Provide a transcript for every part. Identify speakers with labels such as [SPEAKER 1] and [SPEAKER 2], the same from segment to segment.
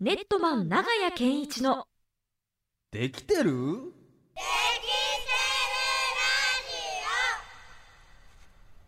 [SPEAKER 1] ネットマン長屋健一の
[SPEAKER 2] できてる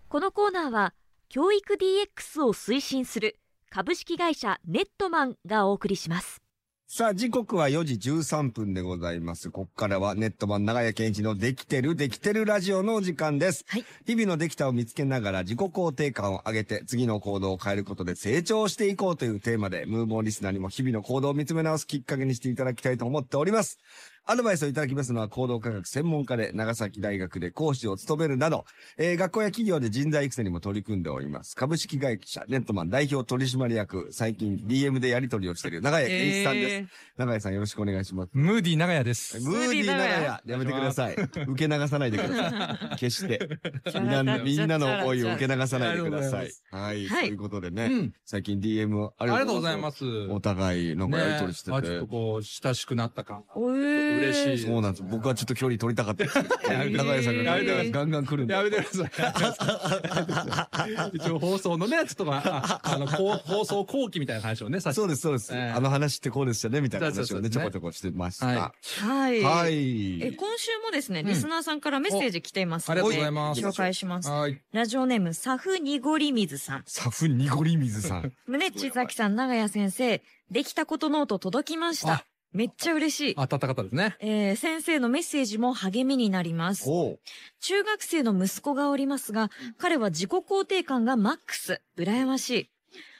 [SPEAKER 1] このコーナーは教育 DX を推進する株式会社ネットマンがお送りします
[SPEAKER 2] さあ、時刻は4時13分でございます。ここからはネット版長屋健一のできてる、できてるラジオのお時間です。
[SPEAKER 1] はい
[SPEAKER 2] 日々のできたを見つけながら自己肯定感を上げて次の行動を変えることで成長していこうというテーマで、ムーボーリスナーにも日々の行動を見つめ直すきっかけにしていただきたいと思っております。アドバイスをいただきますのは行動科学専門家で長崎大学で講師を務めるなど、えー学校や企業で人材育成にも取り組んでおります。株式会社ネットマン代表取締役、最近 DM でやり取りをしている長屋健一さんです。長谷さんよろしくお願いします。
[SPEAKER 3] ムーディー長屋です。
[SPEAKER 2] ムーディー長屋、やめてください。受け流さないでくださ い。決して。みんなみんなの思いを受け流さないでください。はい。
[SPEAKER 1] はい
[SPEAKER 2] ということで
[SPEAKER 3] う
[SPEAKER 2] ね、
[SPEAKER 3] ん。
[SPEAKER 2] 最近 DM あ
[SPEAKER 3] あ
[SPEAKER 2] り
[SPEAKER 3] り
[SPEAKER 2] がと
[SPEAKER 3] がと
[SPEAKER 2] うご
[SPEAKER 3] うご
[SPEAKER 2] ざ
[SPEAKER 3] ざ
[SPEAKER 2] い
[SPEAKER 3] い
[SPEAKER 2] ま。
[SPEAKER 3] ますす。
[SPEAKER 2] お互いなんかやりとりして
[SPEAKER 3] ねまあちょっと
[SPEAKER 2] て。
[SPEAKER 3] こう、親しくなった感が。
[SPEAKER 1] 嬉
[SPEAKER 3] 嬉しい
[SPEAKER 2] そうなんです。僕はちょっと距離取りたかった です。
[SPEAKER 3] やめて
[SPEAKER 2] 長谷さん
[SPEAKER 3] やめ
[SPEAKER 2] が
[SPEAKER 3] て
[SPEAKER 2] ガンガン来るんで。
[SPEAKER 3] やめてください。一応放送のね、ちょっとまあ、ああの、こう放送後期みたいな話をね、させ
[SPEAKER 2] そ
[SPEAKER 3] て。
[SPEAKER 2] うです、そうです。
[SPEAKER 3] ええ
[SPEAKER 2] あの話ってこうでしたね、みたいな話
[SPEAKER 3] そ
[SPEAKER 2] を
[SPEAKER 3] う
[SPEAKER 2] ね、
[SPEAKER 3] そう
[SPEAKER 2] ち
[SPEAKER 3] そ
[SPEAKER 2] ょ
[SPEAKER 3] う
[SPEAKER 2] こちょこしてました。
[SPEAKER 3] は
[SPEAKER 4] はい。
[SPEAKER 2] はい。
[SPEAKER 4] え今週もですね、
[SPEAKER 3] うん
[SPEAKER 4] リスナーさんからメッセージ来ています
[SPEAKER 3] あ
[SPEAKER 4] の
[SPEAKER 3] り
[SPEAKER 4] で、
[SPEAKER 3] がとうございます。
[SPEAKER 4] 紹介します。
[SPEAKER 3] はい。
[SPEAKER 4] ラジオネーム、サフニゴリミズさん。
[SPEAKER 2] サフ濁り水 さん。
[SPEAKER 4] ムネッチザキさん、長谷先生、できたことノート届きまし
[SPEAKER 3] あ
[SPEAKER 4] た。めっちゃ嬉しい。
[SPEAKER 3] あ、たった方ですね。
[SPEAKER 4] えー先生のメッセージも励みになります。
[SPEAKER 2] おう。
[SPEAKER 4] 中学生の息子がおりますが、彼は自己肯定感がマックス。羨ましい。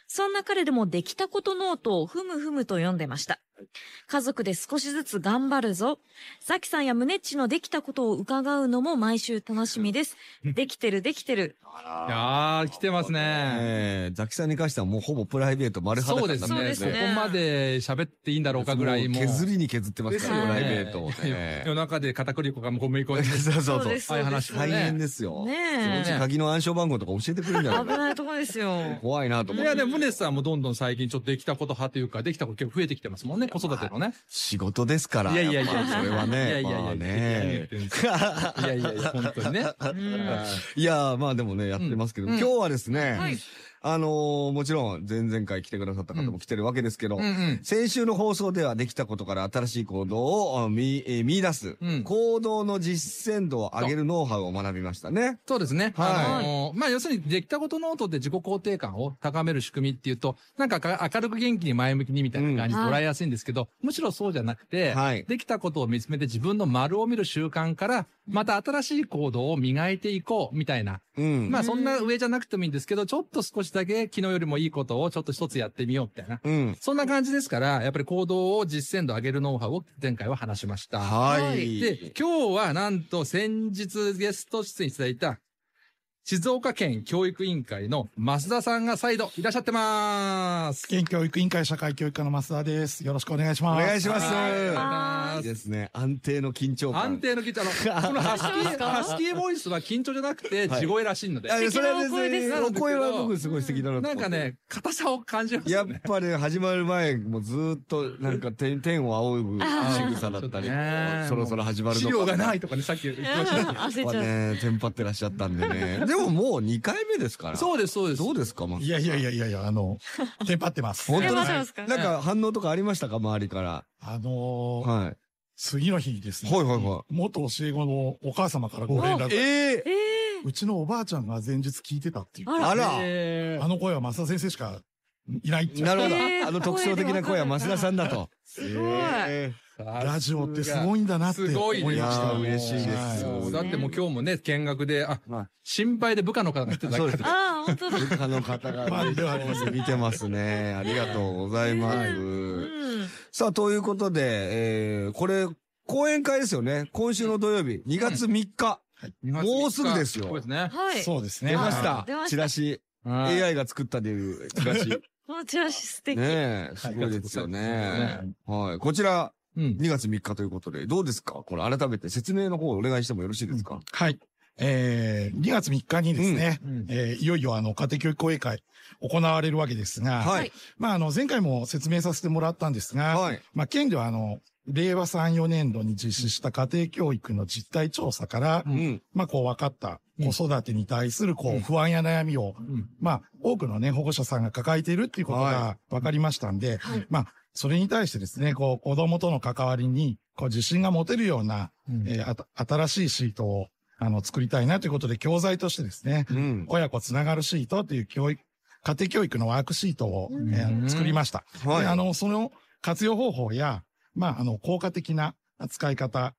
[SPEAKER 4] そんな彼でもできたことノートをふむふむと読んでました。家族で少しずつ頑張るぞ。ザキさんやムネッチのできたことを伺うのも毎週楽しみです。できてるできてる。
[SPEAKER 3] いやー、来てますね。
[SPEAKER 2] ええザキさんに関してはもうほぼプライベート丸裸
[SPEAKER 3] そうで
[SPEAKER 2] な
[SPEAKER 3] す
[SPEAKER 2] ん
[SPEAKER 4] そう
[SPEAKER 3] ね。
[SPEAKER 4] で
[SPEAKER 3] こ
[SPEAKER 4] す
[SPEAKER 3] こ
[SPEAKER 4] ね
[SPEAKER 3] まで喋っていいんだろうかぐらい、もう。
[SPEAKER 2] 削りに削ってますから、
[SPEAKER 4] です
[SPEAKER 2] プラ
[SPEAKER 4] よ
[SPEAKER 2] イ
[SPEAKER 4] ね
[SPEAKER 2] ベートをね
[SPEAKER 3] 夜。中で片栗粉が小麦粉に。
[SPEAKER 2] そうそう
[SPEAKER 4] そう
[SPEAKER 2] そう
[SPEAKER 4] で。す
[SPEAKER 3] ああいう話も
[SPEAKER 2] 大変
[SPEAKER 3] ね。
[SPEAKER 2] ですよ。
[SPEAKER 4] ね
[SPEAKER 3] す
[SPEAKER 4] え。
[SPEAKER 2] 鍵の暗証番号とか教えてくれるんじゃ
[SPEAKER 4] 危
[SPEAKER 2] ない
[SPEAKER 4] ないとこですよ。
[SPEAKER 2] 怖いなと
[SPEAKER 3] い
[SPEAKER 2] 思っ
[SPEAKER 3] や、
[SPEAKER 2] て。
[SPEAKER 3] でも、ムネさんもどんどん最近ちょっとできたこと派というか、できたこと結構増えてきてますもんね、子育てのね。
[SPEAKER 2] 仕事ですから。
[SPEAKER 3] いやいやいや
[SPEAKER 2] っぱそれはい
[SPEAKER 3] や
[SPEAKER 2] ね。
[SPEAKER 3] いやいや
[SPEAKER 2] まあ
[SPEAKER 3] 何言
[SPEAKER 2] ね
[SPEAKER 3] っ て。るんですかいやいやいや、本当に ね。
[SPEAKER 4] うん
[SPEAKER 2] いやー、まあでもね、やってますけど、
[SPEAKER 3] うん
[SPEAKER 2] 今日はですね、
[SPEAKER 4] はい
[SPEAKER 2] あのーもちろん前々回来てくださった方も来てるわけですけど、
[SPEAKER 3] うんうん。
[SPEAKER 2] 先週の放送ではできたことから新しい行動をあ見、えー見出す、
[SPEAKER 3] うん
[SPEAKER 2] 行動の実践度を上げるノウハウを学びましたね。
[SPEAKER 3] そうですね。
[SPEAKER 2] はい
[SPEAKER 3] あのーまあ、要するに、できたことノートで自己肯定感を高める仕組みっていうと、なんかか明るく元気に前向きにみたいな感じで
[SPEAKER 4] うん
[SPEAKER 3] 捉えやすいんですけど、むしろそうじゃなくて、
[SPEAKER 2] はい
[SPEAKER 3] できたことを見つめて自分の丸を見る習慣から、また新しい行動を磨いていこうみたいな。
[SPEAKER 2] うん。
[SPEAKER 3] まあ、そんな上じゃなくてもいいんですけど、ちょっと少しだけ昨日よりもいいことをちょっと一つやってみようみたいな。
[SPEAKER 2] うん。
[SPEAKER 3] そんな感じですから、やっぱり行動を実践度上げるノウハウを前回は話しました。
[SPEAKER 2] は。
[SPEAKER 4] はいい
[SPEAKER 3] で、今日はなんと先日ゲスト出演いただいた、静岡県教育委員会の増田さんが再度いらっしゃってます。
[SPEAKER 5] 県教育委員会社会教育課の増田です。よろしくお願いします。
[SPEAKER 2] お願いします
[SPEAKER 3] はいい
[SPEAKER 2] いですね。安定の緊張感。
[SPEAKER 3] 安定の緊張、あの、このハスキー、ハスキーボイスは緊張じゃなくて、
[SPEAKER 2] はい
[SPEAKER 3] 地声らしいので。
[SPEAKER 2] あいやそれは
[SPEAKER 4] 素敵なお声
[SPEAKER 2] 別
[SPEAKER 3] です
[SPEAKER 2] に、お声は僕すごい素敵だなと思って
[SPEAKER 3] なんか、ね、硬さを感じます
[SPEAKER 2] や
[SPEAKER 3] よ
[SPEAKER 2] っ
[SPEAKER 3] ね。
[SPEAKER 2] ぱり始まる前、もうずーっと、なんか天、天を仰ぐ仕草だったり、
[SPEAKER 3] あー
[SPEAKER 2] そろそろ始まる
[SPEAKER 3] 資
[SPEAKER 2] の。
[SPEAKER 3] 料がないいとかね、さっき言ってましたけど。
[SPEAKER 4] 焦
[SPEAKER 2] や
[SPEAKER 4] っ
[SPEAKER 2] っ
[SPEAKER 4] ち
[SPEAKER 2] ぱ
[SPEAKER 4] ゃう。
[SPEAKER 2] ね、テンパってらっしゃったんでね。でももう2回目ですから。
[SPEAKER 3] そううです、そうです。
[SPEAKER 2] どうですか、ま
[SPEAKER 5] いやいやいやいやいや、あの、テンパってます。
[SPEAKER 2] 本当
[SPEAKER 4] え
[SPEAKER 2] に
[SPEAKER 4] まだですか
[SPEAKER 2] なんか反応とかありましたか周りから。
[SPEAKER 5] あのー
[SPEAKER 2] は
[SPEAKER 5] 次の日にです
[SPEAKER 2] い。
[SPEAKER 5] ね、
[SPEAKER 2] はいはいは
[SPEAKER 5] 元教え子のお母様からご連絡
[SPEAKER 2] い。
[SPEAKER 5] が、
[SPEAKER 2] ええ
[SPEAKER 4] ええ
[SPEAKER 5] うちのおばあちゃんが前日聞いてたっていう。
[SPEAKER 4] あ
[SPEAKER 2] あ
[SPEAKER 4] ら。
[SPEAKER 2] ら、
[SPEAKER 3] えー
[SPEAKER 5] あの声は増田先生しかいないっちゃ
[SPEAKER 2] なるほど、
[SPEAKER 4] えー
[SPEAKER 2] あの特徴的な声は増田さんだと。
[SPEAKER 4] すごい。
[SPEAKER 2] え
[SPEAKER 5] ラジオってすごいんだなって
[SPEAKER 3] すご
[SPEAKER 5] 思
[SPEAKER 3] い
[SPEAKER 5] い
[SPEAKER 3] ね
[SPEAKER 5] ました。
[SPEAKER 2] いやー嬉しいです
[SPEAKER 5] は
[SPEAKER 2] そうですね
[SPEAKER 3] だってもう今日もね、見学で、あ、
[SPEAKER 2] はい
[SPEAKER 3] 心配で部下の方が来てただ
[SPEAKER 2] そう
[SPEAKER 3] け
[SPEAKER 2] で
[SPEAKER 3] です
[SPEAKER 4] ああ、本当だ。
[SPEAKER 2] ー、他の方が、
[SPEAKER 5] まあではあります
[SPEAKER 2] 見てますね。ありがとうございます。
[SPEAKER 4] うん。
[SPEAKER 2] さあ、ということで、えー、これ、講演会ですよね。今週の土曜日、2月3日。もうすぐですよ
[SPEAKER 3] そうですね。
[SPEAKER 4] はい。
[SPEAKER 5] そうですね。
[SPEAKER 2] 出まし
[SPEAKER 5] は
[SPEAKER 2] た
[SPEAKER 4] 出まし。た
[SPEAKER 2] チラシ。
[SPEAKER 3] はい
[SPEAKER 2] AI が作ったというチラシ。ね
[SPEAKER 4] このチラシ素敵。
[SPEAKER 2] え、すごいですよね。
[SPEAKER 5] い。
[SPEAKER 2] はい。こちら、
[SPEAKER 3] うん。
[SPEAKER 2] 2月3日ということで、どうですかこれ改めて説明の方をお願いしてもよろしいですか、
[SPEAKER 5] はい。えー、2月3日にですね、
[SPEAKER 3] うん
[SPEAKER 5] えーいよいよあの、家庭教育講演会行われるわけですが、
[SPEAKER 2] はい
[SPEAKER 5] まあ、あの、前回も説明させてもらったんですが、
[SPEAKER 2] はい。
[SPEAKER 5] まあ、県ではあの、令和3、4年度に実施した家庭教育の実態調査から、
[SPEAKER 3] う
[SPEAKER 2] うん。
[SPEAKER 5] まあ、こう分かった
[SPEAKER 3] うん
[SPEAKER 5] 子育てに対するこ
[SPEAKER 3] う
[SPEAKER 5] うん不安や悩みを、
[SPEAKER 3] うん
[SPEAKER 5] まあ、多くのね、保護者さんが抱えているっていうこと
[SPEAKER 2] は
[SPEAKER 5] が分かりましたんで、
[SPEAKER 4] はい
[SPEAKER 5] まあ、それに対してですね、こう、子供との関わりに、こう、自信が持てるような、
[SPEAKER 3] うん
[SPEAKER 5] えーあた新しいシートを、あの、作りたいなということで、教材としてですね、
[SPEAKER 2] うん。
[SPEAKER 5] 親子つながるシートという教育、家庭教育のワークシートを、
[SPEAKER 4] うん
[SPEAKER 5] えー作りました。
[SPEAKER 2] は
[SPEAKER 5] で
[SPEAKER 2] い。
[SPEAKER 5] あの、その活用方法や、まあ、あの、効果的な使い方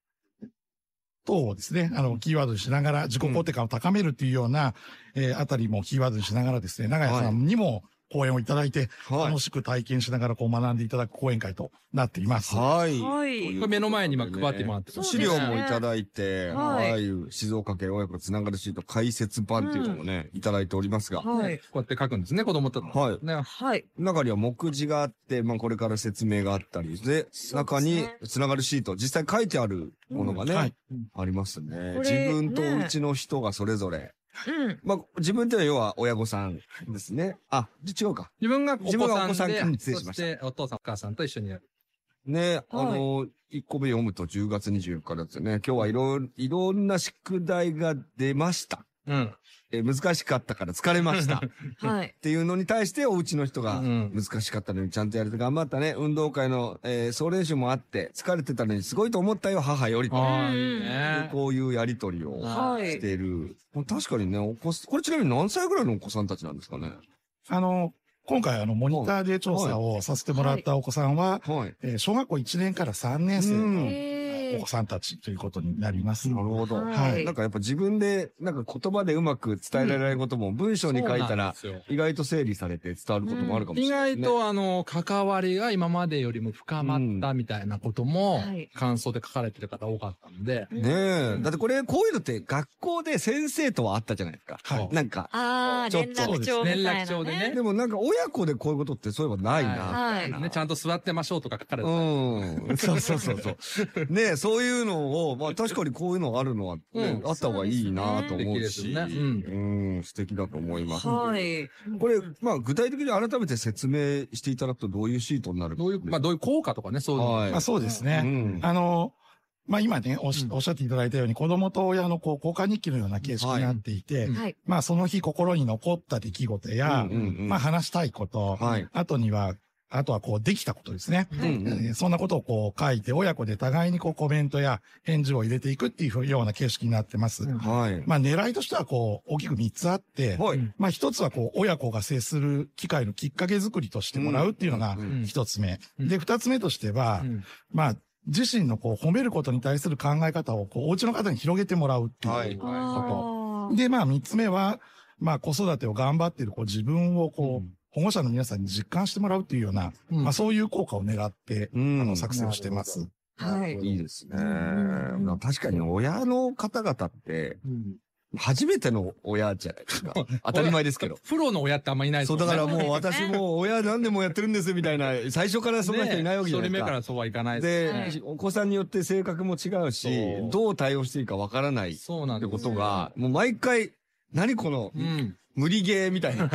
[SPEAKER 5] 等をですね、あの、キーワードにしながら自己肯定感を高めるというような、えーあたりもキーワードにしながらですね、長屋さんにも講演をいただいて、
[SPEAKER 2] はい
[SPEAKER 5] 楽。しく体験しながらこう学んでいただく講演会となっています。
[SPEAKER 2] はい。
[SPEAKER 4] はい。
[SPEAKER 3] これ目の前に今配ってもらって
[SPEAKER 4] そうです
[SPEAKER 2] 資
[SPEAKER 4] ね
[SPEAKER 2] 料もいただいて、
[SPEAKER 4] は
[SPEAKER 2] はいい、静岡県親子つながるシート解説版っていうのもね、いただいておりますが、
[SPEAKER 3] ね
[SPEAKER 4] はい。
[SPEAKER 3] こうやって書くんですね、子供と。
[SPEAKER 2] はい。
[SPEAKER 3] ね。
[SPEAKER 4] はい。
[SPEAKER 2] 中には目次があって、まあこれから説明があったり、で、中につながるシート、実際書いてあるものがね、
[SPEAKER 5] はい
[SPEAKER 2] ありますね。
[SPEAKER 4] こ
[SPEAKER 2] 自
[SPEAKER 4] れ
[SPEAKER 2] 分とうちの人がそれぞれ。
[SPEAKER 4] うん。
[SPEAKER 2] まあ自分っていうのは要は親御さんですね。あ、違うか。
[SPEAKER 3] 自分がお子
[SPEAKER 2] 自分がお子さ
[SPEAKER 3] さ
[SPEAKER 2] ん
[SPEAKER 3] ん
[SPEAKER 2] か
[SPEAKER 3] で、
[SPEAKER 2] 失礼
[SPEAKER 3] そ
[SPEAKER 2] しま
[SPEAKER 3] し
[SPEAKER 2] した
[SPEAKER 3] てお父さんお母さんと一緒にやる。
[SPEAKER 2] ね、あの、1個目読むと10月24日だったよね。今日はいろ、いろんな宿題が出ました。
[SPEAKER 3] うん。
[SPEAKER 2] えー難しかったから疲れました。
[SPEAKER 4] はい
[SPEAKER 2] っ。ていうのに対してお家の人が、
[SPEAKER 3] うん
[SPEAKER 2] 難しかったのにちゃんとやれて頑張ったね。運動会の、えー総練習もあって、疲れてたのにすごいと思ったよ、母よりと。
[SPEAKER 3] ああ、い
[SPEAKER 2] で
[SPEAKER 3] いね。
[SPEAKER 2] こういうやりとりを
[SPEAKER 4] は
[SPEAKER 2] し
[SPEAKER 4] い。
[SPEAKER 2] てる。もう確かにね、お子す、これちなみに何歳ぐらいのお子さんたちなんですかね。
[SPEAKER 5] あの、今回あの、モニターで調査をさせてもらったお子さんは、
[SPEAKER 2] はい。
[SPEAKER 5] えー小学校1年から3年生
[SPEAKER 2] うん
[SPEAKER 5] の
[SPEAKER 4] へ
[SPEAKER 5] お
[SPEAKER 4] ー
[SPEAKER 5] 子さんたちということになります。
[SPEAKER 2] なるほど。
[SPEAKER 4] はい
[SPEAKER 2] なんかやっぱ自分で、なんか言葉でうまく伝えられないことも文章に書いたら、
[SPEAKER 3] そうなんですよ
[SPEAKER 2] 意外と整理されて伝わることもあるかも
[SPEAKER 3] 意
[SPEAKER 2] しれない、
[SPEAKER 3] 外と、あの、関わりが今までよりも深まったみたいなこと
[SPEAKER 4] う
[SPEAKER 3] も
[SPEAKER 4] んはい、
[SPEAKER 3] 感想で書かれてる方多かったので、
[SPEAKER 2] ねえ。だってこれ、こういうのって学校で先生とはあったじゃないですか。
[SPEAKER 5] はい
[SPEAKER 2] なんか、
[SPEAKER 4] ああ、
[SPEAKER 2] ちょっ
[SPEAKER 4] 連
[SPEAKER 2] と
[SPEAKER 4] 絡帳みたいな、ね。
[SPEAKER 3] 連絡帳でね
[SPEAKER 2] でもなんか親子でこういうことってそういえばないな。
[SPEAKER 4] はい。
[SPEAKER 3] ね、ちゃんと座ってましょうとか書かれてた。
[SPEAKER 2] うん。そうそうそうそう。ねそういうのを、まあ確かにこういうのあるのは、ね
[SPEAKER 3] うん
[SPEAKER 2] あった方がいいなと思う
[SPEAKER 3] そう
[SPEAKER 2] し。
[SPEAKER 3] ですね
[SPEAKER 2] うん、素敵だと思います。
[SPEAKER 4] はい。
[SPEAKER 2] これ、まあ具体的に改めて説明していただくとどういうシートになる
[SPEAKER 3] どういう、まあ、どういう効果とかね、そういうの。
[SPEAKER 2] はい。
[SPEAKER 5] まあ、そうですね。
[SPEAKER 2] うん
[SPEAKER 5] あの、まあ、今ねおし
[SPEAKER 3] うん
[SPEAKER 5] おっしゃっていただいたように、子供と親のこう交換日記のような形式になっていて、
[SPEAKER 3] はいうん
[SPEAKER 4] はい。
[SPEAKER 5] まあ、その日心に残った出来事や、
[SPEAKER 2] うんうんうん
[SPEAKER 5] まあ、話したいこと、
[SPEAKER 2] はい。
[SPEAKER 5] あとには、あとはこう、できたことですね。
[SPEAKER 2] うんうん
[SPEAKER 5] えーそんなことをこう書いて、親子で互いにこうコメントや返事を入れていくっていうような形式になってます。
[SPEAKER 3] うん
[SPEAKER 2] はい。
[SPEAKER 5] まあ狙いとしてはこう大きく3つあって、
[SPEAKER 2] はい。
[SPEAKER 5] まあ1つはこう親子が接する機会のきっかけ作りとしてもらうっていうのが
[SPEAKER 2] うん
[SPEAKER 3] うん
[SPEAKER 5] 1つ目。
[SPEAKER 3] うん
[SPEAKER 5] で2つ目としては、
[SPEAKER 3] うん
[SPEAKER 5] まあ、自身のこう褒めることに対する考え方をこうお家の方に広げてもらうっていう。
[SPEAKER 2] はい
[SPEAKER 4] あー
[SPEAKER 5] で、まあ三つ目は、まあ子育てを頑張っているこう自分を
[SPEAKER 3] う
[SPEAKER 5] こう、
[SPEAKER 3] ん
[SPEAKER 5] 保護者の皆さんに実感してもらうっていうような、
[SPEAKER 3] うん
[SPEAKER 5] まあそういう効果を狙って、
[SPEAKER 2] うん
[SPEAKER 5] あの作成をしてます。
[SPEAKER 4] はい。
[SPEAKER 2] いいですね。
[SPEAKER 4] うんうん
[SPEAKER 2] まあ確かに親の方々って、
[SPEAKER 3] うん
[SPEAKER 2] 初めての親じゃない ですか。当たり前ですけど。
[SPEAKER 3] プロの親ってあんまいないです
[SPEAKER 2] そ
[SPEAKER 3] も
[SPEAKER 2] うん
[SPEAKER 3] ね
[SPEAKER 2] だからもう
[SPEAKER 4] そうです
[SPEAKER 2] 私
[SPEAKER 4] ね
[SPEAKER 2] もう 親何でもやってるんですみたいな、最初からそんな人いないわけじゃないです
[SPEAKER 3] ね一人目か
[SPEAKER 2] か。
[SPEAKER 3] らそうはいかない
[SPEAKER 2] で、
[SPEAKER 4] はい
[SPEAKER 2] お子さんによって性格も違うし
[SPEAKER 3] そう、
[SPEAKER 2] どう対応していいかわからないっ
[SPEAKER 3] すそうなん
[SPEAKER 2] て
[SPEAKER 3] で
[SPEAKER 2] こ
[SPEAKER 3] す
[SPEAKER 2] とが、もう毎回、何この
[SPEAKER 3] うん。
[SPEAKER 2] 無理ゲーみたい な。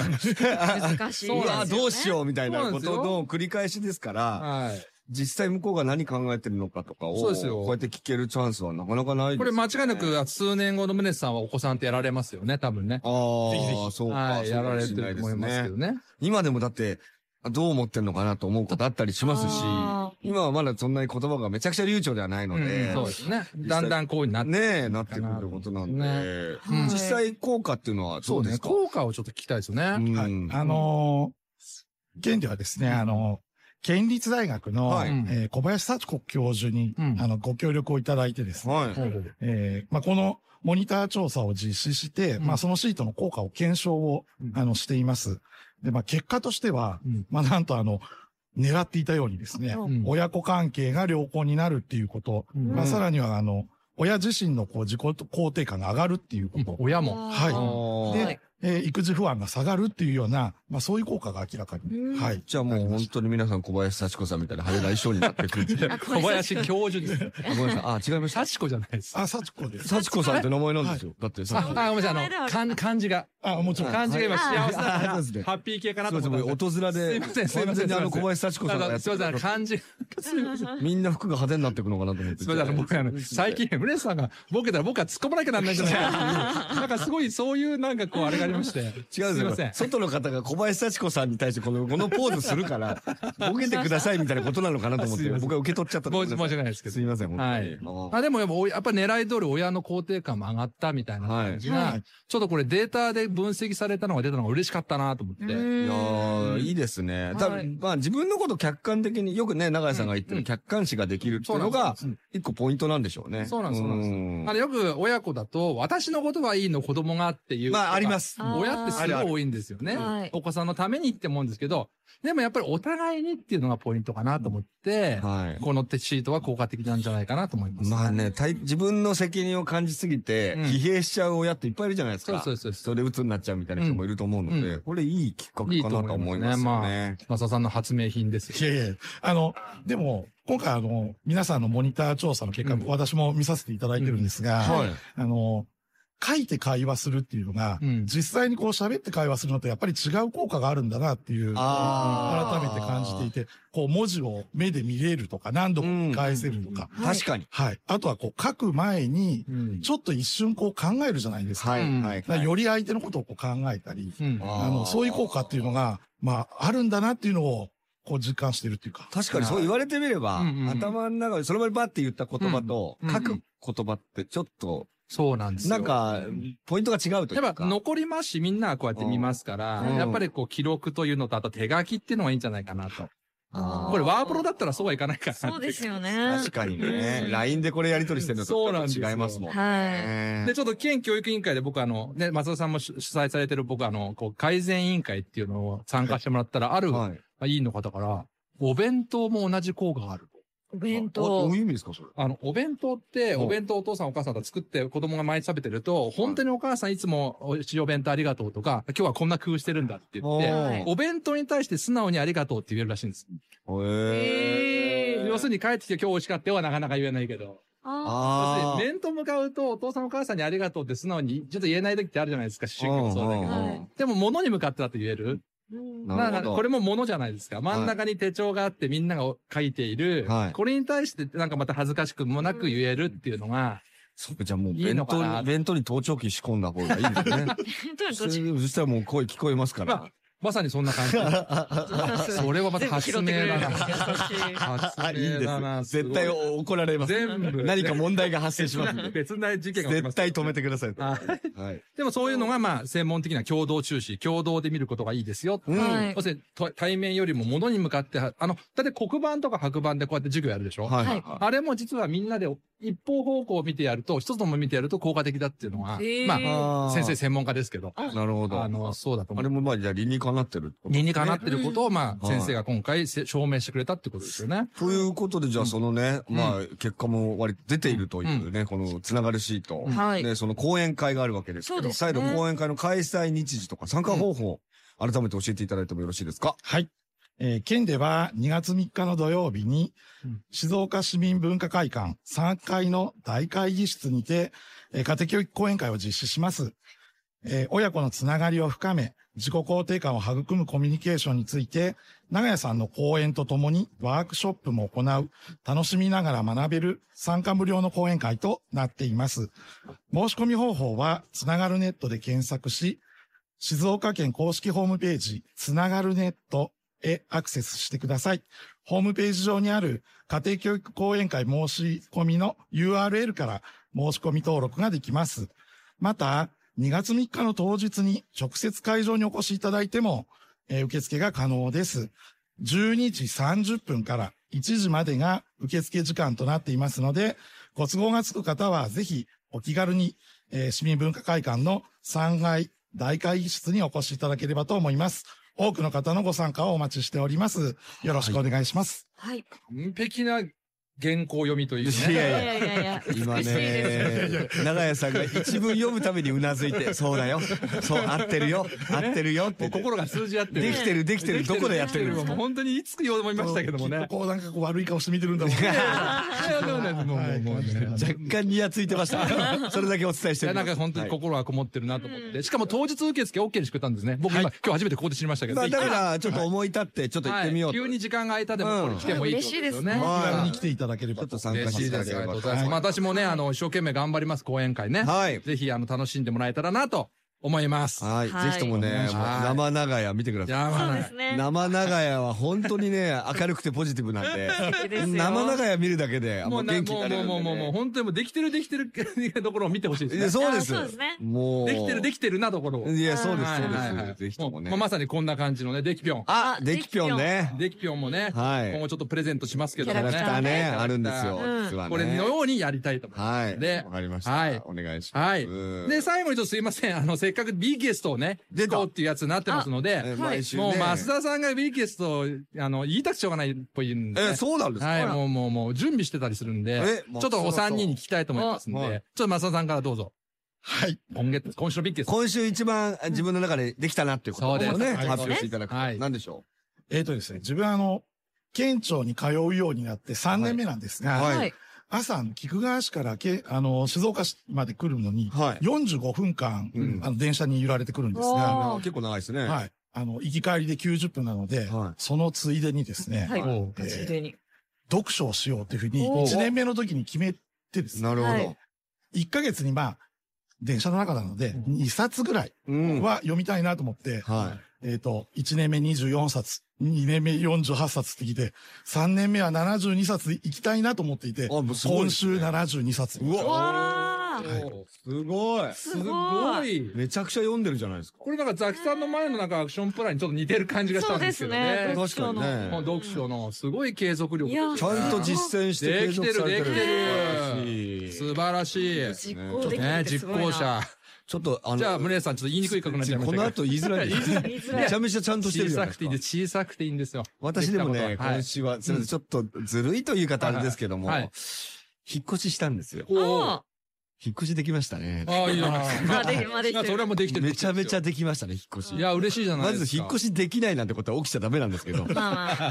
[SPEAKER 4] 難しい。
[SPEAKER 2] うわ、どうしようみたいなこ
[SPEAKER 3] そう
[SPEAKER 2] と
[SPEAKER 3] なんです
[SPEAKER 2] の繰り返しですから、
[SPEAKER 3] はい。
[SPEAKER 2] 実際向こうが何考えてるのかとかを、
[SPEAKER 3] そうですよ
[SPEAKER 2] こうやって聞けるチャンスはなかなかないです
[SPEAKER 3] これ間違いな
[SPEAKER 2] あ
[SPEAKER 3] く、数年後の宗さんはお子さんってやられますよね、多分ね。
[SPEAKER 2] あ、そうか、
[SPEAKER 3] はい、
[SPEAKER 2] そ
[SPEAKER 3] や
[SPEAKER 2] うからも
[SPEAKER 3] れ
[SPEAKER 2] してな
[SPEAKER 3] る
[SPEAKER 2] で
[SPEAKER 3] と思いますけどね。
[SPEAKER 2] 今でもだって、あどう思ってんのかなと思うことあったりしますし
[SPEAKER 4] あ、
[SPEAKER 2] 今はまだそんなに言葉がめちゃくちゃ流暢ではないの
[SPEAKER 3] うん
[SPEAKER 2] で、
[SPEAKER 3] そうですね。だんだんこういうふうになって。
[SPEAKER 2] ねえ、なってくるってことなんで、
[SPEAKER 3] ね
[SPEAKER 4] はい
[SPEAKER 2] 実際効果っていうのはど
[SPEAKER 3] そう
[SPEAKER 2] うで
[SPEAKER 3] ね。
[SPEAKER 2] すか
[SPEAKER 3] 効果をちょっと聞きたいですよね。
[SPEAKER 2] うん
[SPEAKER 5] はい。あのー現ではですね、あのー県立大学の、
[SPEAKER 2] はい
[SPEAKER 5] えー小林幸子教授に、
[SPEAKER 3] うん
[SPEAKER 5] あの、ご協力をいただいてですね、
[SPEAKER 2] はい。
[SPEAKER 3] はい
[SPEAKER 5] えーまあ、このモニター調査を実施して、
[SPEAKER 3] うん
[SPEAKER 5] まあ、そのシートの効果を検証を、
[SPEAKER 3] うん
[SPEAKER 5] あの、しています。で、まあ、結果としては、
[SPEAKER 3] うん
[SPEAKER 5] まあ、なんとあの、狙っていたようにですね、
[SPEAKER 4] うん
[SPEAKER 3] うん
[SPEAKER 5] 親子関係が良好になるっていうこと、
[SPEAKER 3] うん
[SPEAKER 5] まあ、さらにはあの、親自身のこう自己肯定感が上がるっていう
[SPEAKER 3] う
[SPEAKER 5] こ
[SPEAKER 3] ん
[SPEAKER 5] と、
[SPEAKER 3] 親も。
[SPEAKER 5] は
[SPEAKER 2] あ
[SPEAKER 5] いで
[SPEAKER 2] ー
[SPEAKER 4] はい
[SPEAKER 5] えー育児不安が下がるっていうような、まあ、そういう効果が明らかに。
[SPEAKER 4] うん
[SPEAKER 5] はい。
[SPEAKER 2] じゃあもう本当に皆さん小林幸子さんみたいな派手な衣装になってくる。
[SPEAKER 4] あ
[SPEAKER 3] 小林教授です。
[SPEAKER 2] あごめんなさい。あ、違い ました。
[SPEAKER 3] 幸子じゃないです。
[SPEAKER 5] あ、幸子です。
[SPEAKER 2] 幸子さんって名前なんですよ。だって
[SPEAKER 3] あ、
[SPEAKER 2] 幸
[SPEAKER 3] あ
[SPEAKER 2] 子
[SPEAKER 3] ご。めんなさい。あの、漢漢字が。
[SPEAKER 5] あ、もちろん。
[SPEAKER 3] 漢字が今幸せだか
[SPEAKER 2] あ
[SPEAKER 3] ら、
[SPEAKER 2] ー
[SPEAKER 3] ハ
[SPEAKER 2] そうですね
[SPEAKER 3] ッピー系かな
[SPEAKER 2] す
[SPEAKER 3] と
[SPEAKER 2] いま
[SPEAKER 3] 思
[SPEAKER 2] せ
[SPEAKER 3] っ
[SPEAKER 2] ん、僕、
[SPEAKER 3] た
[SPEAKER 2] 音面
[SPEAKER 3] す
[SPEAKER 2] で。
[SPEAKER 3] いませんすいません
[SPEAKER 2] 完全にあの、
[SPEAKER 3] す
[SPEAKER 2] 小
[SPEAKER 3] いません
[SPEAKER 2] 林幸子さんがや
[SPEAKER 3] なんか
[SPEAKER 2] って
[SPEAKER 3] すいません、あの
[SPEAKER 2] る。
[SPEAKER 3] 漢字が。
[SPEAKER 2] みんな服が派手になっていくのかなと思って。
[SPEAKER 3] すみません、僕、あの、 最近、ムレさんがボケたら僕は突っ込まなきゃなんないじゃないですか。なんかすごい、そういう、なんかこう、あれがありりまして。
[SPEAKER 2] 違うんです
[SPEAKER 3] い
[SPEAKER 2] よ
[SPEAKER 3] ません。
[SPEAKER 2] 外の方が小林幸子さんに対してこのこのポーズする から、ボケてくださいみたいなことなのかなと思っ
[SPEAKER 3] す
[SPEAKER 2] て
[SPEAKER 3] いませ、ん
[SPEAKER 2] 僕は受け取っちゃった
[SPEAKER 3] 申し申し訳ないですけ
[SPEAKER 2] す
[SPEAKER 3] ど。
[SPEAKER 2] いません、
[SPEAKER 3] はい
[SPEAKER 2] 本当に
[SPEAKER 3] あでもやっぱお、やっぱ狙い通り親の肯定感も上がったみたいな感じが、
[SPEAKER 5] はいはい
[SPEAKER 3] ちょっとこれデータで分析されたのが出たのが嬉しかったなと思って。
[SPEAKER 2] いや
[SPEAKER 4] ーん
[SPEAKER 2] ーいいですね
[SPEAKER 3] い。
[SPEAKER 2] 多分、まあ自分のこと客観的に、よくね、永井さんが言って
[SPEAKER 3] う
[SPEAKER 2] る
[SPEAKER 3] ん
[SPEAKER 2] 客観視ができるっていうのが、一個ポイントなんでしょうね。
[SPEAKER 3] そうなんですそうなんです
[SPEAKER 2] ん
[SPEAKER 3] あのよく親子だと、私のことはいいの子供がっていう。
[SPEAKER 2] まああります。
[SPEAKER 4] あー
[SPEAKER 3] 親ってすごい多いんですよね
[SPEAKER 4] はい。
[SPEAKER 3] お子さんのためにって思うんですけど、でもやっぱりお互いにっていうのがポイントかなと思って、
[SPEAKER 2] はい。
[SPEAKER 3] このテシートは効果的なんじゃないかなと思います。
[SPEAKER 2] まあね、たい自分の責任を感じすぎて、
[SPEAKER 3] うん
[SPEAKER 2] 疲弊しちゃう親っていっぱいいるじゃないです
[SPEAKER 3] そう
[SPEAKER 2] か。
[SPEAKER 3] そうそうそう。
[SPEAKER 2] それで鬱になっちゃうみたいな人もいると思うので、
[SPEAKER 3] うん
[SPEAKER 2] これいいきっかけかなと思いますよね。
[SPEAKER 3] マサさんの発明品です よ。
[SPEAKER 5] いやいや、あの、でも、今回あの、皆さんのモニター調査の結果、
[SPEAKER 3] うん
[SPEAKER 5] 私も見させていただいてるんですが、
[SPEAKER 2] はい。
[SPEAKER 5] あの、書いて会話するっていうのが、
[SPEAKER 3] うん
[SPEAKER 5] 実際にこう喋って会話するのとやっぱり違う効果があるんだなっていう、
[SPEAKER 2] あー
[SPEAKER 5] 改めて感じていて、こう文字を目で見れるとか何度も返せるとか、
[SPEAKER 4] はい
[SPEAKER 2] 確かに。
[SPEAKER 5] はい。あとはこう書く前に、
[SPEAKER 3] うん
[SPEAKER 5] ちょっと一瞬こう考えるじゃないですか。
[SPEAKER 2] は
[SPEAKER 3] う
[SPEAKER 2] い。
[SPEAKER 3] ん
[SPEAKER 2] はい。
[SPEAKER 5] だからより相手のことをこう考えたり、
[SPEAKER 3] うん
[SPEAKER 5] あの、そういう効果っていうのが、まあ、あるんだなっていうのを、こう実感してるっていうか。
[SPEAKER 2] 確かにそう言われてみれば、
[SPEAKER 3] うんうんうん
[SPEAKER 2] 頭の中でその場でバッて言った言葉と、
[SPEAKER 3] うんうん
[SPEAKER 2] 書く言葉ってちょっと、
[SPEAKER 3] そうなんですよ。
[SPEAKER 2] なんか、ポイントが違うという
[SPEAKER 3] や
[SPEAKER 2] か。
[SPEAKER 3] っぱ残りますし、みんなはこうやって見ますから、
[SPEAKER 2] うん
[SPEAKER 3] やっぱりこう記録というのと、あと手書きっていうのがいいんじゃないかなと。
[SPEAKER 2] あー
[SPEAKER 3] これワープロだったらそうはいかないかなって
[SPEAKER 4] そうですよね。
[SPEAKER 2] 確かにね。LINE でこれやり取りしてるのと
[SPEAKER 3] そうなんです
[SPEAKER 2] ちょっと
[SPEAKER 3] よ
[SPEAKER 2] 違いますもん。
[SPEAKER 4] は
[SPEAKER 2] ね
[SPEAKER 3] で、ちょっと県教育委員会で僕あの、ね、松田さんも主主催されてる僕あの、こう改善委員会っていうのを参加してもらったら、ある、
[SPEAKER 2] はい。
[SPEAKER 3] まあ委員の方から、お弁当も同じ効果がある。
[SPEAKER 4] い。お弁
[SPEAKER 2] あど
[SPEAKER 4] 当
[SPEAKER 2] うい。う意味ですか、それ。
[SPEAKER 3] あの、お弁当って、
[SPEAKER 2] うん
[SPEAKER 3] お弁当お父さんお母さんと作って子供が毎日食べてると、本当にお母さんいつもおいしいお弁当ありがとうとか、今日はこんな工夫してるんだって言っ
[SPEAKER 2] お
[SPEAKER 3] て、
[SPEAKER 2] ー
[SPEAKER 3] お弁当に対して素直にありがとうって言えるらしいんです。
[SPEAKER 2] へー
[SPEAKER 3] 要するに帰ってきて今日美味しかったよはなかなか言えないけど。
[SPEAKER 4] あ
[SPEAKER 3] 要す
[SPEAKER 2] あ
[SPEAKER 3] るに面と向かうとお父さんお母さんにありがとうって素直にちょっと言えない時ってあるじゃないですか、宗教もそうだけ
[SPEAKER 4] ん
[SPEAKER 3] ど。
[SPEAKER 4] ん
[SPEAKER 2] はい
[SPEAKER 3] でも物に向かってだと言える。
[SPEAKER 4] うん
[SPEAKER 2] なるほど
[SPEAKER 3] んかこれも物じゃないですか。真ん中に手帳があってみんなが書いている。
[SPEAKER 2] はい
[SPEAKER 3] これに対してなんかまた恥ずかしくもなく言えるっていうのが、
[SPEAKER 2] そうじゃあもう
[SPEAKER 3] いい
[SPEAKER 2] 弁
[SPEAKER 3] のか
[SPEAKER 2] 当
[SPEAKER 3] な
[SPEAKER 2] に、弁当に盗聴器仕込んだ方がいいです ね。
[SPEAKER 4] とにか
[SPEAKER 2] そ
[SPEAKER 4] く
[SPEAKER 2] したらもう声聞こえますか
[SPEAKER 3] ま
[SPEAKER 2] ら。
[SPEAKER 3] まさにそん な感じ。それはまた発明だな。発
[SPEAKER 2] あ、いい
[SPEAKER 3] 明
[SPEAKER 2] で
[SPEAKER 3] だな。
[SPEAKER 2] す。絶対
[SPEAKER 3] す
[SPEAKER 2] 怒られ
[SPEAKER 3] ご
[SPEAKER 2] ま
[SPEAKER 3] い
[SPEAKER 2] す。
[SPEAKER 3] 全部。
[SPEAKER 2] 何か問題が発生し ますんで。
[SPEAKER 3] 別な事件が起きま
[SPEAKER 2] 絶
[SPEAKER 3] す。
[SPEAKER 2] 対止めてください。
[SPEAKER 3] あ
[SPEAKER 2] はい。
[SPEAKER 3] でもそういうのがまあ専門的な共同注視、共同で見ることがいいです よ。
[SPEAKER 2] うん
[SPEAKER 4] は
[SPEAKER 2] はい
[SPEAKER 3] 要するにと対面よりも物に向かっては、あの、だって黒板とか白板でこうやって授業やるでし
[SPEAKER 2] い
[SPEAKER 3] ょ、
[SPEAKER 2] はい
[SPEAKER 4] は
[SPEAKER 2] はいい。
[SPEAKER 3] あれも実はみんなで一方方向を見てやると、一つのも見てやると効果的だっていうの
[SPEAKER 4] へ
[SPEAKER 3] が、
[SPEAKER 4] ー
[SPEAKER 3] まあ、
[SPEAKER 2] あー
[SPEAKER 3] 先生専門家ですけど、
[SPEAKER 2] なるほど。
[SPEAKER 3] あ
[SPEAKER 2] あ
[SPEAKER 3] の、そうだと思
[SPEAKER 2] れ
[SPEAKER 3] う。
[SPEAKER 2] もまあ、じゃあ理にかなってるってこと。
[SPEAKER 3] 理にかなってることを、まあ、
[SPEAKER 2] はい
[SPEAKER 3] 先生が今回せ証明してくれたってことですよね。
[SPEAKER 2] ということで、じゃあそのね、
[SPEAKER 3] うん
[SPEAKER 2] まあ、結果も割と出ているというね、このつながるシート。
[SPEAKER 4] はい。
[SPEAKER 2] ね、その講演会があるわけですけ
[SPEAKER 4] そう
[SPEAKER 2] ど、
[SPEAKER 4] ですね
[SPEAKER 2] 再度講演会の開催日時とか参加方法、改めて教えていただいてもよろしいですか
[SPEAKER 5] はい。えー県では2月3日の土曜日に
[SPEAKER 3] うん、
[SPEAKER 5] 静岡市民文化会館3階の大会議室にて、えー家庭教育講演会を実施します。えー親子のつながりを深め、自己肯定感を育むコミュニケーションについて、長屋さんの講演とともにワークショップも行う、楽しみながら学べる参加無料の講演会となっています。申し込み方法は、つながるネットで検索し、静岡県公式ホームページ、つながるネットへアクセスしてください。ホームページ上にある家庭教育講演会申し込みの URL から申し込み登録ができます。また、2月3日の当日に直接会場にお越しいただいても、えー受付が可能です。12時30分から1時までが受付時間となっていますので、ご都合がつく方はぜひお気軽に、えー市民文化会館の3階大会議室にお越しいただければと思います。多くの方のご参加をお待ちしております。よろしくお願いします。
[SPEAKER 4] はい。
[SPEAKER 3] 完璧な原稿読みというね。
[SPEAKER 2] い
[SPEAKER 4] い
[SPEAKER 2] や
[SPEAKER 4] やいやいやいや。
[SPEAKER 2] 今
[SPEAKER 4] 美しい
[SPEAKER 2] ね
[SPEAKER 4] で、
[SPEAKER 2] 長屋さんが一文読むためにうなずいて、そうだよ、そう、合ってるよ、合ってるよって
[SPEAKER 3] も
[SPEAKER 2] 言
[SPEAKER 3] う
[SPEAKER 2] って。
[SPEAKER 3] 心が通じ合ってる。
[SPEAKER 2] できてる、できてる、どこでやってるん
[SPEAKER 3] で
[SPEAKER 2] で
[SPEAKER 3] き
[SPEAKER 2] す
[SPEAKER 3] てもう
[SPEAKER 2] か
[SPEAKER 3] 本当にいつよう思いましたけども
[SPEAKER 5] きっ
[SPEAKER 3] ね。
[SPEAKER 5] とこうなんかこう悪い顔して見てるんだろうね。
[SPEAKER 3] もうもうもう
[SPEAKER 5] はい
[SPEAKER 3] ね
[SPEAKER 2] 若干ニヤついてました。それだけお伝えし
[SPEAKER 3] い
[SPEAKER 2] て
[SPEAKER 3] や、
[SPEAKER 2] る。
[SPEAKER 3] なんか本当に
[SPEAKER 2] はい
[SPEAKER 3] 心がこもってるなと思っ
[SPEAKER 4] う
[SPEAKER 3] て。しかも当日受付 OK にしてくれたんですね。僕今、今日初めてここで知りましたけど。
[SPEAKER 2] まあだか
[SPEAKER 3] は
[SPEAKER 2] ら、ちょっと思い立って、ちょっ
[SPEAKER 3] い
[SPEAKER 2] と行ってみようと。
[SPEAKER 3] 急に時間が空いたでも、これ来てもいいってこ
[SPEAKER 4] うん嬉
[SPEAKER 3] とよ
[SPEAKER 4] しいですね
[SPEAKER 5] 気軽
[SPEAKER 2] は
[SPEAKER 5] に
[SPEAKER 2] い
[SPEAKER 5] 来ていただけれ
[SPEAKER 2] ちょ
[SPEAKER 5] ば
[SPEAKER 2] っ
[SPEAKER 5] と
[SPEAKER 2] と。参加
[SPEAKER 3] 嬉
[SPEAKER 2] して
[SPEAKER 3] し
[SPEAKER 2] い
[SPEAKER 3] い
[SPEAKER 2] た
[SPEAKER 3] で
[SPEAKER 2] だけれ
[SPEAKER 3] す。あ
[SPEAKER 2] ば
[SPEAKER 3] りがとうご
[SPEAKER 2] と。
[SPEAKER 3] ざいます。まあ私もね、あの、一生懸命頑張ります、講演会ね。
[SPEAKER 2] はい。
[SPEAKER 3] ぜひ、あの、楽しんでもらえたらなと思います。
[SPEAKER 2] はい。
[SPEAKER 4] はい
[SPEAKER 2] ぜひともね、もう
[SPEAKER 3] はい
[SPEAKER 2] 生長屋見てください。
[SPEAKER 3] やば
[SPEAKER 4] そう
[SPEAKER 3] ない
[SPEAKER 4] ですね。
[SPEAKER 2] 生長屋は本当にね、明るくてポジティブなんで、
[SPEAKER 4] 素敵ですよ
[SPEAKER 2] 生長屋見るだけで、あも
[SPEAKER 3] もう
[SPEAKER 2] う
[SPEAKER 3] な
[SPEAKER 2] 元気
[SPEAKER 3] も
[SPEAKER 2] にな
[SPEAKER 3] う
[SPEAKER 2] れ
[SPEAKER 3] も
[SPEAKER 2] る
[SPEAKER 3] うんも
[SPEAKER 2] で
[SPEAKER 3] うもうもう
[SPEAKER 2] ね。
[SPEAKER 3] 本当にもうできてるできてるところを見てほしい
[SPEAKER 2] い
[SPEAKER 3] で
[SPEAKER 2] や
[SPEAKER 3] すね。
[SPEAKER 2] そうで
[SPEAKER 4] あ
[SPEAKER 2] す
[SPEAKER 4] そうですね。
[SPEAKER 2] もう。
[SPEAKER 3] できてるで
[SPEAKER 2] き
[SPEAKER 3] きてるなところを。
[SPEAKER 2] いや、そうです、
[SPEAKER 3] はい
[SPEAKER 2] そうで
[SPEAKER 3] はいはい
[SPEAKER 2] す。ぜひともね
[SPEAKER 3] もう。まさにこんな感じのね、できぴょん。
[SPEAKER 2] あ、
[SPEAKER 4] あ
[SPEAKER 2] できぴょんね。
[SPEAKER 3] できぴょんもね、
[SPEAKER 2] はい
[SPEAKER 3] 今後ちょっとプレゼントしますけ
[SPEAKER 2] キ
[SPEAKER 3] ど
[SPEAKER 2] ャ
[SPEAKER 3] も
[SPEAKER 2] ラ
[SPEAKER 3] ね。
[SPEAKER 2] クターね、
[SPEAKER 3] はい
[SPEAKER 2] あるんですよ。
[SPEAKER 4] うん
[SPEAKER 2] 実はね。
[SPEAKER 3] これのようにやりたいと思います。
[SPEAKER 2] はい。
[SPEAKER 3] で
[SPEAKER 2] わかりました。
[SPEAKER 3] はい
[SPEAKER 2] お願いします。
[SPEAKER 3] はい。
[SPEAKER 2] うん
[SPEAKER 3] で、最後にちょっとすいません。あの、せっかく B ゲストをね、
[SPEAKER 2] 出た
[SPEAKER 3] こうっていうやつになってますので、
[SPEAKER 2] え
[SPEAKER 4] い
[SPEAKER 2] 毎週ね
[SPEAKER 3] もう増田さんが B ゲストを、あの、言いたくてしょうがないっぽいんで、
[SPEAKER 2] え、そうなんです
[SPEAKER 3] はい、
[SPEAKER 2] か
[SPEAKER 3] もうもうもう準備してたりするんで
[SPEAKER 2] え、もう
[SPEAKER 3] ちょっとお三人に聞きたいと思いますんで、
[SPEAKER 2] そうそう
[SPEAKER 3] ちょっと増田さんからどうぞ。
[SPEAKER 5] はい。
[SPEAKER 3] 今月、今週の B ゲスト。
[SPEAKER 2] 今週一番自分の中でできたなっていうことを
[SPEAKER 3] そう
[SPEAKER 5] で
[SPEAKER 2] ね、
[SPEAKER 5] す
[SPEAKER 2] 発表していただくと。
[SPEAKER 3] はい
[SPEAKER 2] 何でしょ
[SPEAKER 5] えっ、とですね、自分はあの、県庁に通うようになって3年目なんですが、
[SPEAKER 2] はい
[SPEAKER 4] はい。
[SPEAKER 5] 朝、菊川市からけ、あの、静岡市まで来るのに、
[SPEAKER 2] うはい。
[SPEAKER 5] 45分間、
[SPEAKER 2] うん
[SPEAKER 5] あの、電車に揺られてくるんです
[SPEAKER 4] お
[SPEAKER 5] が、
[SPEAKER 4] ー
[SPEAKER 2] あ結構長いですね。
[SPEAKER 5] はい。あの、行き帰りで90分なので、
[SPEAKER 2] はい
[SPEAKER 5] そのついでにですね、
[SPEAKER 4] はい
[SPEAKER 5] え
[SPEAKER 4] お
[SPEAKER 5] ー
[SPEAKER 4] ついでに。
[SPEAKER 5] 読書をしようというふうに、
[SPEAKER 4] おー
[SPEAKER 5] 1年目の時に決めてですね、
[SPEAKER 2] なるほど。
[SPEAKER 4] はい
[SPEAKER 5] 1ヶ月にまあ、電車の中なので、2冊ぐらい
[SPEAKER 2] うん。
[SPEAKER 5] は読みたいなと思って、
[SPEAKER 2] は
[SPEAKER 5] えっ、と、1年目24冊、2年目48冊ってきて、3年目は72冊で行きたいなと思っていて、
[SPEAKER 2] い。あ、もうすごい
[SPEAKER 5] 今
[SPEAKER 2] ですね
[SPEAKER 5] 週72冊。
[SPEAKER 2] うわ
[SPEAKER 4] わー。
[SPEAKER 3] おー
[SPEAKER 2] すごい。
[SPEAKER 3] す
[SPEAKER 4] す
[SPEAKER 3] ご
[SPEAKER 4] ごい。
[SPEAKER 3] い。
[SPEAKER 2] めちゃくちゃ読んでるじゃないですか。
[SPEAKER 3] これなんかザキさんの前のなんかアクションプランにちょっと似てる感じがしたんですけど
[SPEAKER 4] そう
[SPEAKER 3] ね
[SPEAKER 4] ですね。
[SPEAKER 2] 確かにね。
[SPEAKER 3] もう読書のすごい継続力。
[SPEAKER 4] いや
[SPEAKER 2] ちゃんと実践して継続されてる。
[SPEAKER 3] できて
[SPEAKER 2] る
[SPEAKER 3] 素晴らしい。
[SPEAKER 4] 実
[SPEAKER 2] ちょ
[SPEAKER 4] 行
[SPEAKER 2] っ
[SPEAKER 4] で
[SPEAKER 2] と
[SPEAKER 4] きる
[SPEAKER 3] ね
[SPEAKER 4] っ、て
[SPEAKER 3] 実
[SPEAKER 4] すごいな。
[SPEAKER 3] 行者。
[SPEAKER 2] ちょっと、あの、
[SPEAKER 3] じゃあ、宗さん、ちょっと言いにくい格好になっちゃいまし
[SPEAKER 2] こ
[SPEAKER 3] たけ
[SPEAKER 2] の
[SPEAKER 3] ど。
[SPEAKER 2] 後言いづらい です。
[SPEAKER 4] 言いづら
[SPEAKER 2] め
[SPEAKER 4] い
[SPEAKER 2] ちゃめちゃちゃんとしてる
[SPEAKER 3] 小
[SPEAKER 2] じゃない
[SPEAKER 3] さ
[SPEAKER 2] で
[SPEAKER 3] く
[SPEAKER 2] す
[SPEAKER 3] て
[SPEAKER 2] か
[SPEAKER 3] いいんです、小さくていいんですよ。
[SPEAKER 2] 私でもね、
[SPEAKER 3] はい
[SPEAKER 2] 今週は、すみません、ちょっとずるいという言い方あれですけども、
[SPEAKER 3] はいはい
[SPEAKER 2] 引っ越ししたんですよ。
[SPEAKER 3] おー
[SPEAKER 4] あ
[SPEAKER 2] 引っ越しできましたね。
[SPEAKER 3] ああ、いいじゃないです
[SPEAKER 4] ま
[SPEAKER 3] か
[SPEAKER 4] あ。できまあできて
[SPEAKER 3] まあ
[SPEAKER 4] る
[SPEAKER 3] それはもうできてる。
[SPEAKER 2] めちゃめちゃ。できましたね、引っ越し。
[SPEAKER 3] いや、嬉しいじゃな
[SPEAKER 2] ま
[SPEAKER 3] いですか。
[SPEAKER 2] ず引っ越
[SPEAKER 3] し。
[SPEAKER 2] しできないなんてことは起きちゃダメなんですけど、
[SPEAKER 4] ま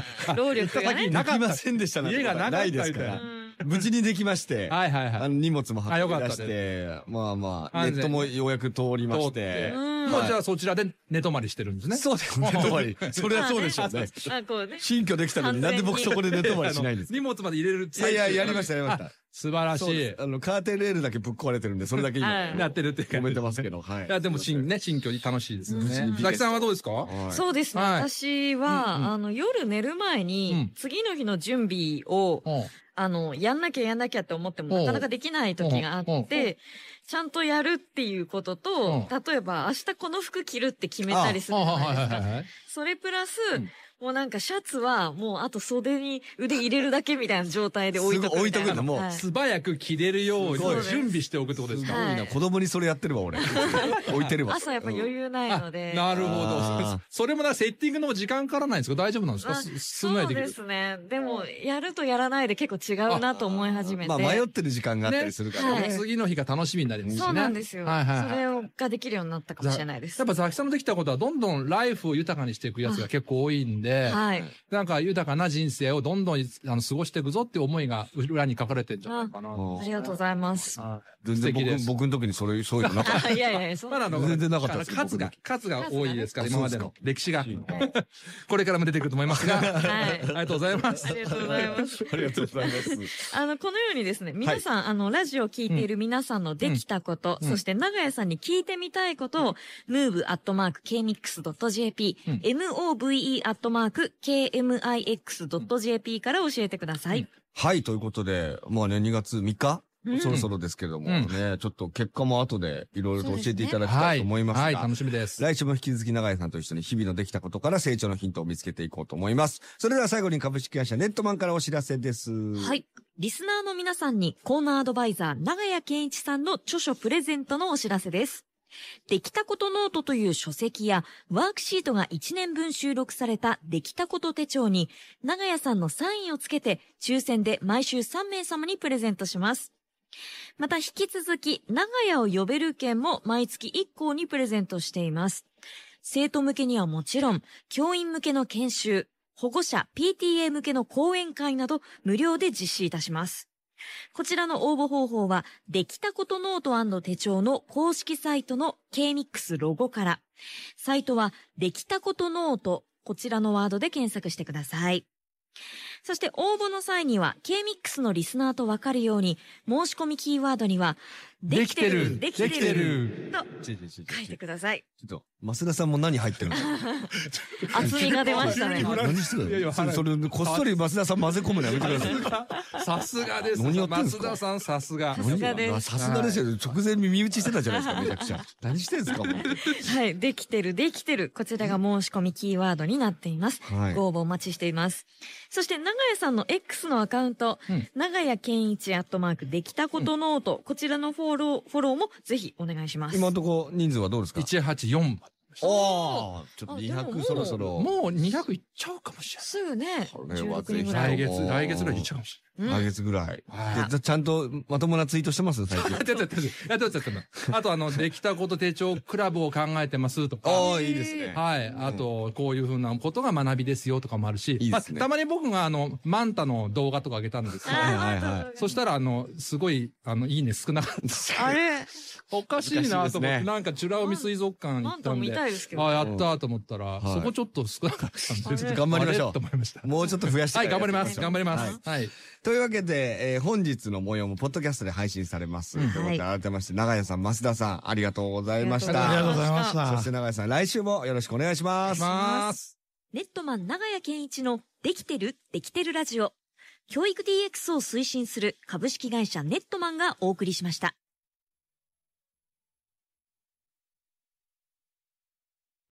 [SPEAKER 4] あまあ、労力がね。
[SPEAKER 2] できませんでしたなんてことはないですか
[SPEAKER 3] 家がな
[SPEAKER 4] う
[SPEAKER 3] か
[SPEAKER 2] ら。
[SPEAKER 4] ん
[SPEAKER 2] 無事にできまして、
[SPEAKER 3] はいはいは
[SPEAKER 2] あ
[SPEAKER 3] い。
[SPEAKER 2] の荷物も
[SPEAKER 3] あ
[SPEAKER 2] 運
[SPEAKER 3] よか
[SPEAKER 2] び
[SPEAKER 3] っ
[SPEAKER 2] 出
[SPEAKER 3] た
[SPEAKER 2] して、まあまあ、
[SPEAKER 3] 安
[SPEAKER 2] ネ
[SPEAKER 3] 全
[SPEAKER 2] ットもようやく通りまして
[SPEAKER 3] 通、
[SPEAKER 4] うん
[SPEAKER 3] もう
[SPEAKER 2] はい
[SPEAKER 3] じゃあそちらで寝泊まりしてるんですね。
[SPEAKER 2] そうです ね、寝泊まり。それはそうでしょうね。
[SPEAKER 4] あ、こうね。
[SPEAKER 2] 新居できたのになんで僕そこで寝泊まりしないんです か
[SPEAKER 3] 荷物まで入れる。
[SPEAKER 2] いやいや、やりました、やりまし
[SPEAKER 3] あ。
[SPEAKER 2] た。
[SPEAKER 3] 素晴らし
[SPEAKER 2] そうです
[SPEAKER 3] い。
[SPEAKER 2] あの、カーテンレールだけぶっ壊れてるんで、それだけ
[SPEAKER 4] はい
[SPEAKER 2] 今、
[SPEAKER 3] やってるっていう か。
[SPEAKER 2] 止めてますけど、はい
[SPEAKER 3] い。や、でも、新、ね、新居に楽しいですよ
[SPEAKER 4] うん
[SPEAKER 3] ね。ザキさんはどうですか
[SPEAKER 2] はい
[SPEAKER 4] そうですね。
[SPEAKER 3] はい
[SPEAKER 4] 私は、
[SPEAKER 3] うんうん
[SPEAKER 4] あの、夜寝る前
[SPEAKER 3] う
[SPEAKER 4] に
[SPEAKER 3] ん、
[SPEAKER 4] 次の日の準備を、
[SPEAKER 3] うん
[SPEAKER 4] あの、やんなきゃやんなきゃって思っても、
[SPEAKER 3] おう
[SPEAKER 4] なかなかできない時があっ
[SPEAKER 3] おうおうお
[SPEAKER 4] て、ちゃんとやるっていうことと、例えば、明日この服着るって決めたりするじゃないですか。
[SPEAKER 3] はい。
[SPEAKER 4] それプラス、
[SPEAKER 3] うん
[SPEAKER 4] もうなんかシャツは、もうあと袖に腕入れるだけみたいな状態で置いとくみたいな。
[SPEAKER 2] すごい置いとくんだもう
[SPEAKER 4] はい
[SPEAKER 3] 素早く着れるように
[SPEAKER 2] すごい
[SPEAKER 3] 準備しておくってことです
[SPEAKER 2] す
[SPEAKER 3] か
[SPEAKER 2] ごい
[SPEAKER 4] はい
[SPEAKER 2] な。子供にそれやってるわ、 俺。置いてるわ。
[SPEAKER 4] 朝やっぱ余裕ないので。
[SPEAKER 3] なるほど
[SPEAKER 2] あー。
[SPEAKER 3] それもな、セッティングの時間からないんですか大丈夫なんですか
[SPEAKER 4] あ
[SPEAKER 3] すすんな
[SPEAKER 4] そう
[SPEAKER 3] りでき
[SPEAKER 4] で
[SPEAKER 3] る。
[SPEAKER 4] すね。でも、やるとやらないで結構違うなと思い始めて。
[SPEAKER 2] まあ、迷ってる時間があったりするから
[SPEAKER 4] ね
[SPEAKER 2] ね。
[SPEAKER 3] 次の日が楽しみになりますしね。
[SPEAKER 4] そうなんですよ。
[SPEAKER 3] はいはいはい
[SPEAKER 4] それをができるようになったかもしれないです。
[SPEAKER 3] やっぱザキさんのできたことはどんどんライフを豊かにしていくやつが結構多いんで、
[SPEAKER 4] はい。
[SPEAKER 3] なんか豊かな人生をどんどんあの過ごしていくぞっていう思いが裏に書かれてるんじゃないかな。
[SPEAKER 2] うん
[SPEAKER 4] ありがとうございます。
[SPEAKER 3] はい
[SPEAKER 2] 全然
[SPEAKER 3] 素敵で
[SPEAKER 2] 僕
[SPEAKER 3] す
[SPEAKER 2] 僕の時にそれ、そういうのなか った。
[SPEAKER 4] あいやいやいや、そん
[SPEAKER 3] まだあの
[SPEAKER 2] 全然なかったです
[SPEAKER 3] 数が、数が多いですから、今まで
[SPEAKER 2] あ
[SPEAKER 3] の
[SPEAKER 2] そ
[SPEAKER 3] 歴史が。
[SPEAKER 4] はい
[SPEAKER 3] これからも出てくると思 いますが、
[SPEAKER 4] はい
[SPEAKER 3] ありがとうございます
[SPEAKER 4] あ。りがとうございます。
[SPEAKER 2] ありがとうございます。
[SPEAKER 4] あの、このようにですね、皆さん、あの、ラジオを聞いている皆さんのできたこと、
[SPEAKER 3] うん
[SPEAKER 4] そして長屋さんに聞いてみたいことを、move.kmix.jp、
[SPEAKER 3] うん
[SPEAKER 4] move.kmix.jp から教えてください。
[SPEAKER 2] はい、ということで、まあね、2月3日
[SPEAKER 4] うん
[SPEAKER 2] そろそろですけれども
[SPEAKER 3] うん
[SPEAKER 2] ね、ちょっと結果も後でいろいろと教えていただきたいと思います
[SPEAKER 3] はい、
[SPEAKER 2] が
[SPEAKER 3] 楽しみです。
[SPEAKER 2] 来週も引き続き永井さんと一緒に日々のできたことから成長のヒントを見つけていこうと思います。それでは最後に株式会社ネットマンからお知らせです。。
[SPEAKER 4] はいい。リスナーの皆さんにコーナーアドバイザー、長谷健一さんの著書プレゼントのお知らせです。できたことノートという書籍や、ワークシートが1年分収録されたできたこと手帳に、長谷さんのサインをつけて、抽選で毎週3名様にプレゼントします。また引き続き、長屋を呼べる券も毎月1校にプレゼントしています。生徒向けにはもちろん、教員向けの研修、保護者、PTA 向けの講演会など無料で実施いたします。こちらの応募方法は、できたことノート手帳の公式サイトの KMIX ロゴから。サイトは、できたことノート、こちらのワードで検索してください。そして応募の際には K-MIX のリスナーとわかるように、申し込みキーワードには、できてる
[SPEAKER 3] できてる
[SPEAKER 2] ちょちょちょちょ
[SPEAKER 4] 書いてください。
[SPEAKER 2] ちょっと、増田さんも何入ってるんですか
[SPEAKER 4] 厚みが出ましたね
[SPEAKER 5] 急に。振られ
[SPEAKER 2] 何して
[SPEAKER 3] いやい
[SPEAKER 2] るの
[SPEAKER 3] や
[SPEAKER 2] それ、それこっそり増田さん混ぜ込むのやめてください。
[SPEAKER 3] さすがです。
[SPEAKER 2] 何やってんす
[SPEAKER 3] 松
[SPEAKER 2] か
[SPEAKER 3] 田さん、さすが。
[SPEAKER 4] さすがです
[SPEAKER 2] 何さすがですよ。直前耳打ちしてたじゃないですか、めちゃくちゃ。何してんすか、も
[SPEAKER 4] はい。できてる、できてる。こちらが申し込みキーワードになっています。
[SPEAKER 2] う。はい。
[SPEAKER 4] ご応募お待ちしています。そして、長屋さんの X のアカウント、
[SPEAKER 3] うん
[SPEAKER 4] 長屋健一アットマークできたことノート、こちらのフォロー、フォローもぜひお願いします。
[SPEAKER 2] 今のとこ人数はどうですか
[SPEAKER 3] 184番。
[SPEAKER 2] おーちょっと
[SPEAKER 4] あでもも
[SPEAKER 2] 200
[SPEAKER 4] う
[SPEAKER 2] そろそろ。
[SPEAKER 3] もう200いっちゃうかもし
[SPEAKER 4] すぐね、
[SPEAKER 2] これは
[SPEAKER 4] 16人ぐ
[SPEAKER 2] は
[SPEAKER 4] ら
[SPEAKER 3] れない。来
[SPEAKER 4] い。
[SPEAKER 3] 月、来月ぐらいにいっちゃうかもし
[SPEAKER 4] うん
[SPEAKER 2] 来月ぐらい。
[SPEAKER 3] れない。
[SPEAKER 2] でじゃちゃんとまともなツイートしてます最近。
[SPEAKER 3] あちょっと待ってちょっと待ってちょっと待ってあと、あの、できたこと手帳クラブを考えてますとか。
[SPEAKER 2] ああ、いいですね。
[SPEAKER 3] はい。あと、こういうふうなことが学びですよとかもあるし、
[SPEAKER 2] いいですね
[SPEAKER 3] まあ、たまに僕があの、マンタの動画とか上げたんですよ。
[SPEAKER 2] はいはいはい。
[SPEAKER 3] そしたら、あの、すごい、あの、いいね少なかった。
[SPEAKER 4] あれ、
[SPEAKER 3] おかしいなと思っ
[SPEAKER 2] 難しいですね
[SPEAKER 3] て、なんか、チュラ海水族館行
[SPEAKER 4] な
[SPEAKER 3] っ
[SPEAKER 4] んと
[SPEAKER 3] た
[SPEAKER 4] も
[SPEAKER 3] ん
[SPEAKER 4] 見
[SPEAKER 3] で、
[SPEAKER 4] た
[SPEAKER 3] あ
[SPEAKER 4] いですけど。
[SPEAKER 3] あ、やったと思ったら、
[SPEAKER 2] はい
[SPEAKER 3] そこちょっと少なかったんで、
[SPEAKER 2] ちょっと頑張りましょ
[SPEAKER 3] あれ
[SPEAKER 2] う
[SPEAKER 3] と。思いました。
[SPEAKER 2] もうちょっと増やして。
[SPEAKER 3] はい、頑張ります。頑張りま
[SPEAKER 2] はい
[SPEAKER 3] す。はい。
[SPEAKER 2] というわけで、えー本日の模様もポッドキャストで配信されます。
[SPEAKER 3] うん
[SPEAKER 2] ということで、改めまして、長屋さん、増田さん、ありがとうございまし
[SPEAKER 5] ありがとうご
[SPEAKER 2] た。
[SPEAKER 5] ざいまし
[SPEAKER 2] そ
[SPEAKER 5] た
[SPEAKER 2] して。長屋さん、来週もよろしくお願いしま
[SPEAKER 3] 行き
[SPEAKER 2] す。
[SPEAKER 3] ます。
[SPEAKER 4] ネットマン長屋健一のできてるできてるラジオ。教育 DX を推進する株式会社ネットマンがお送りしました。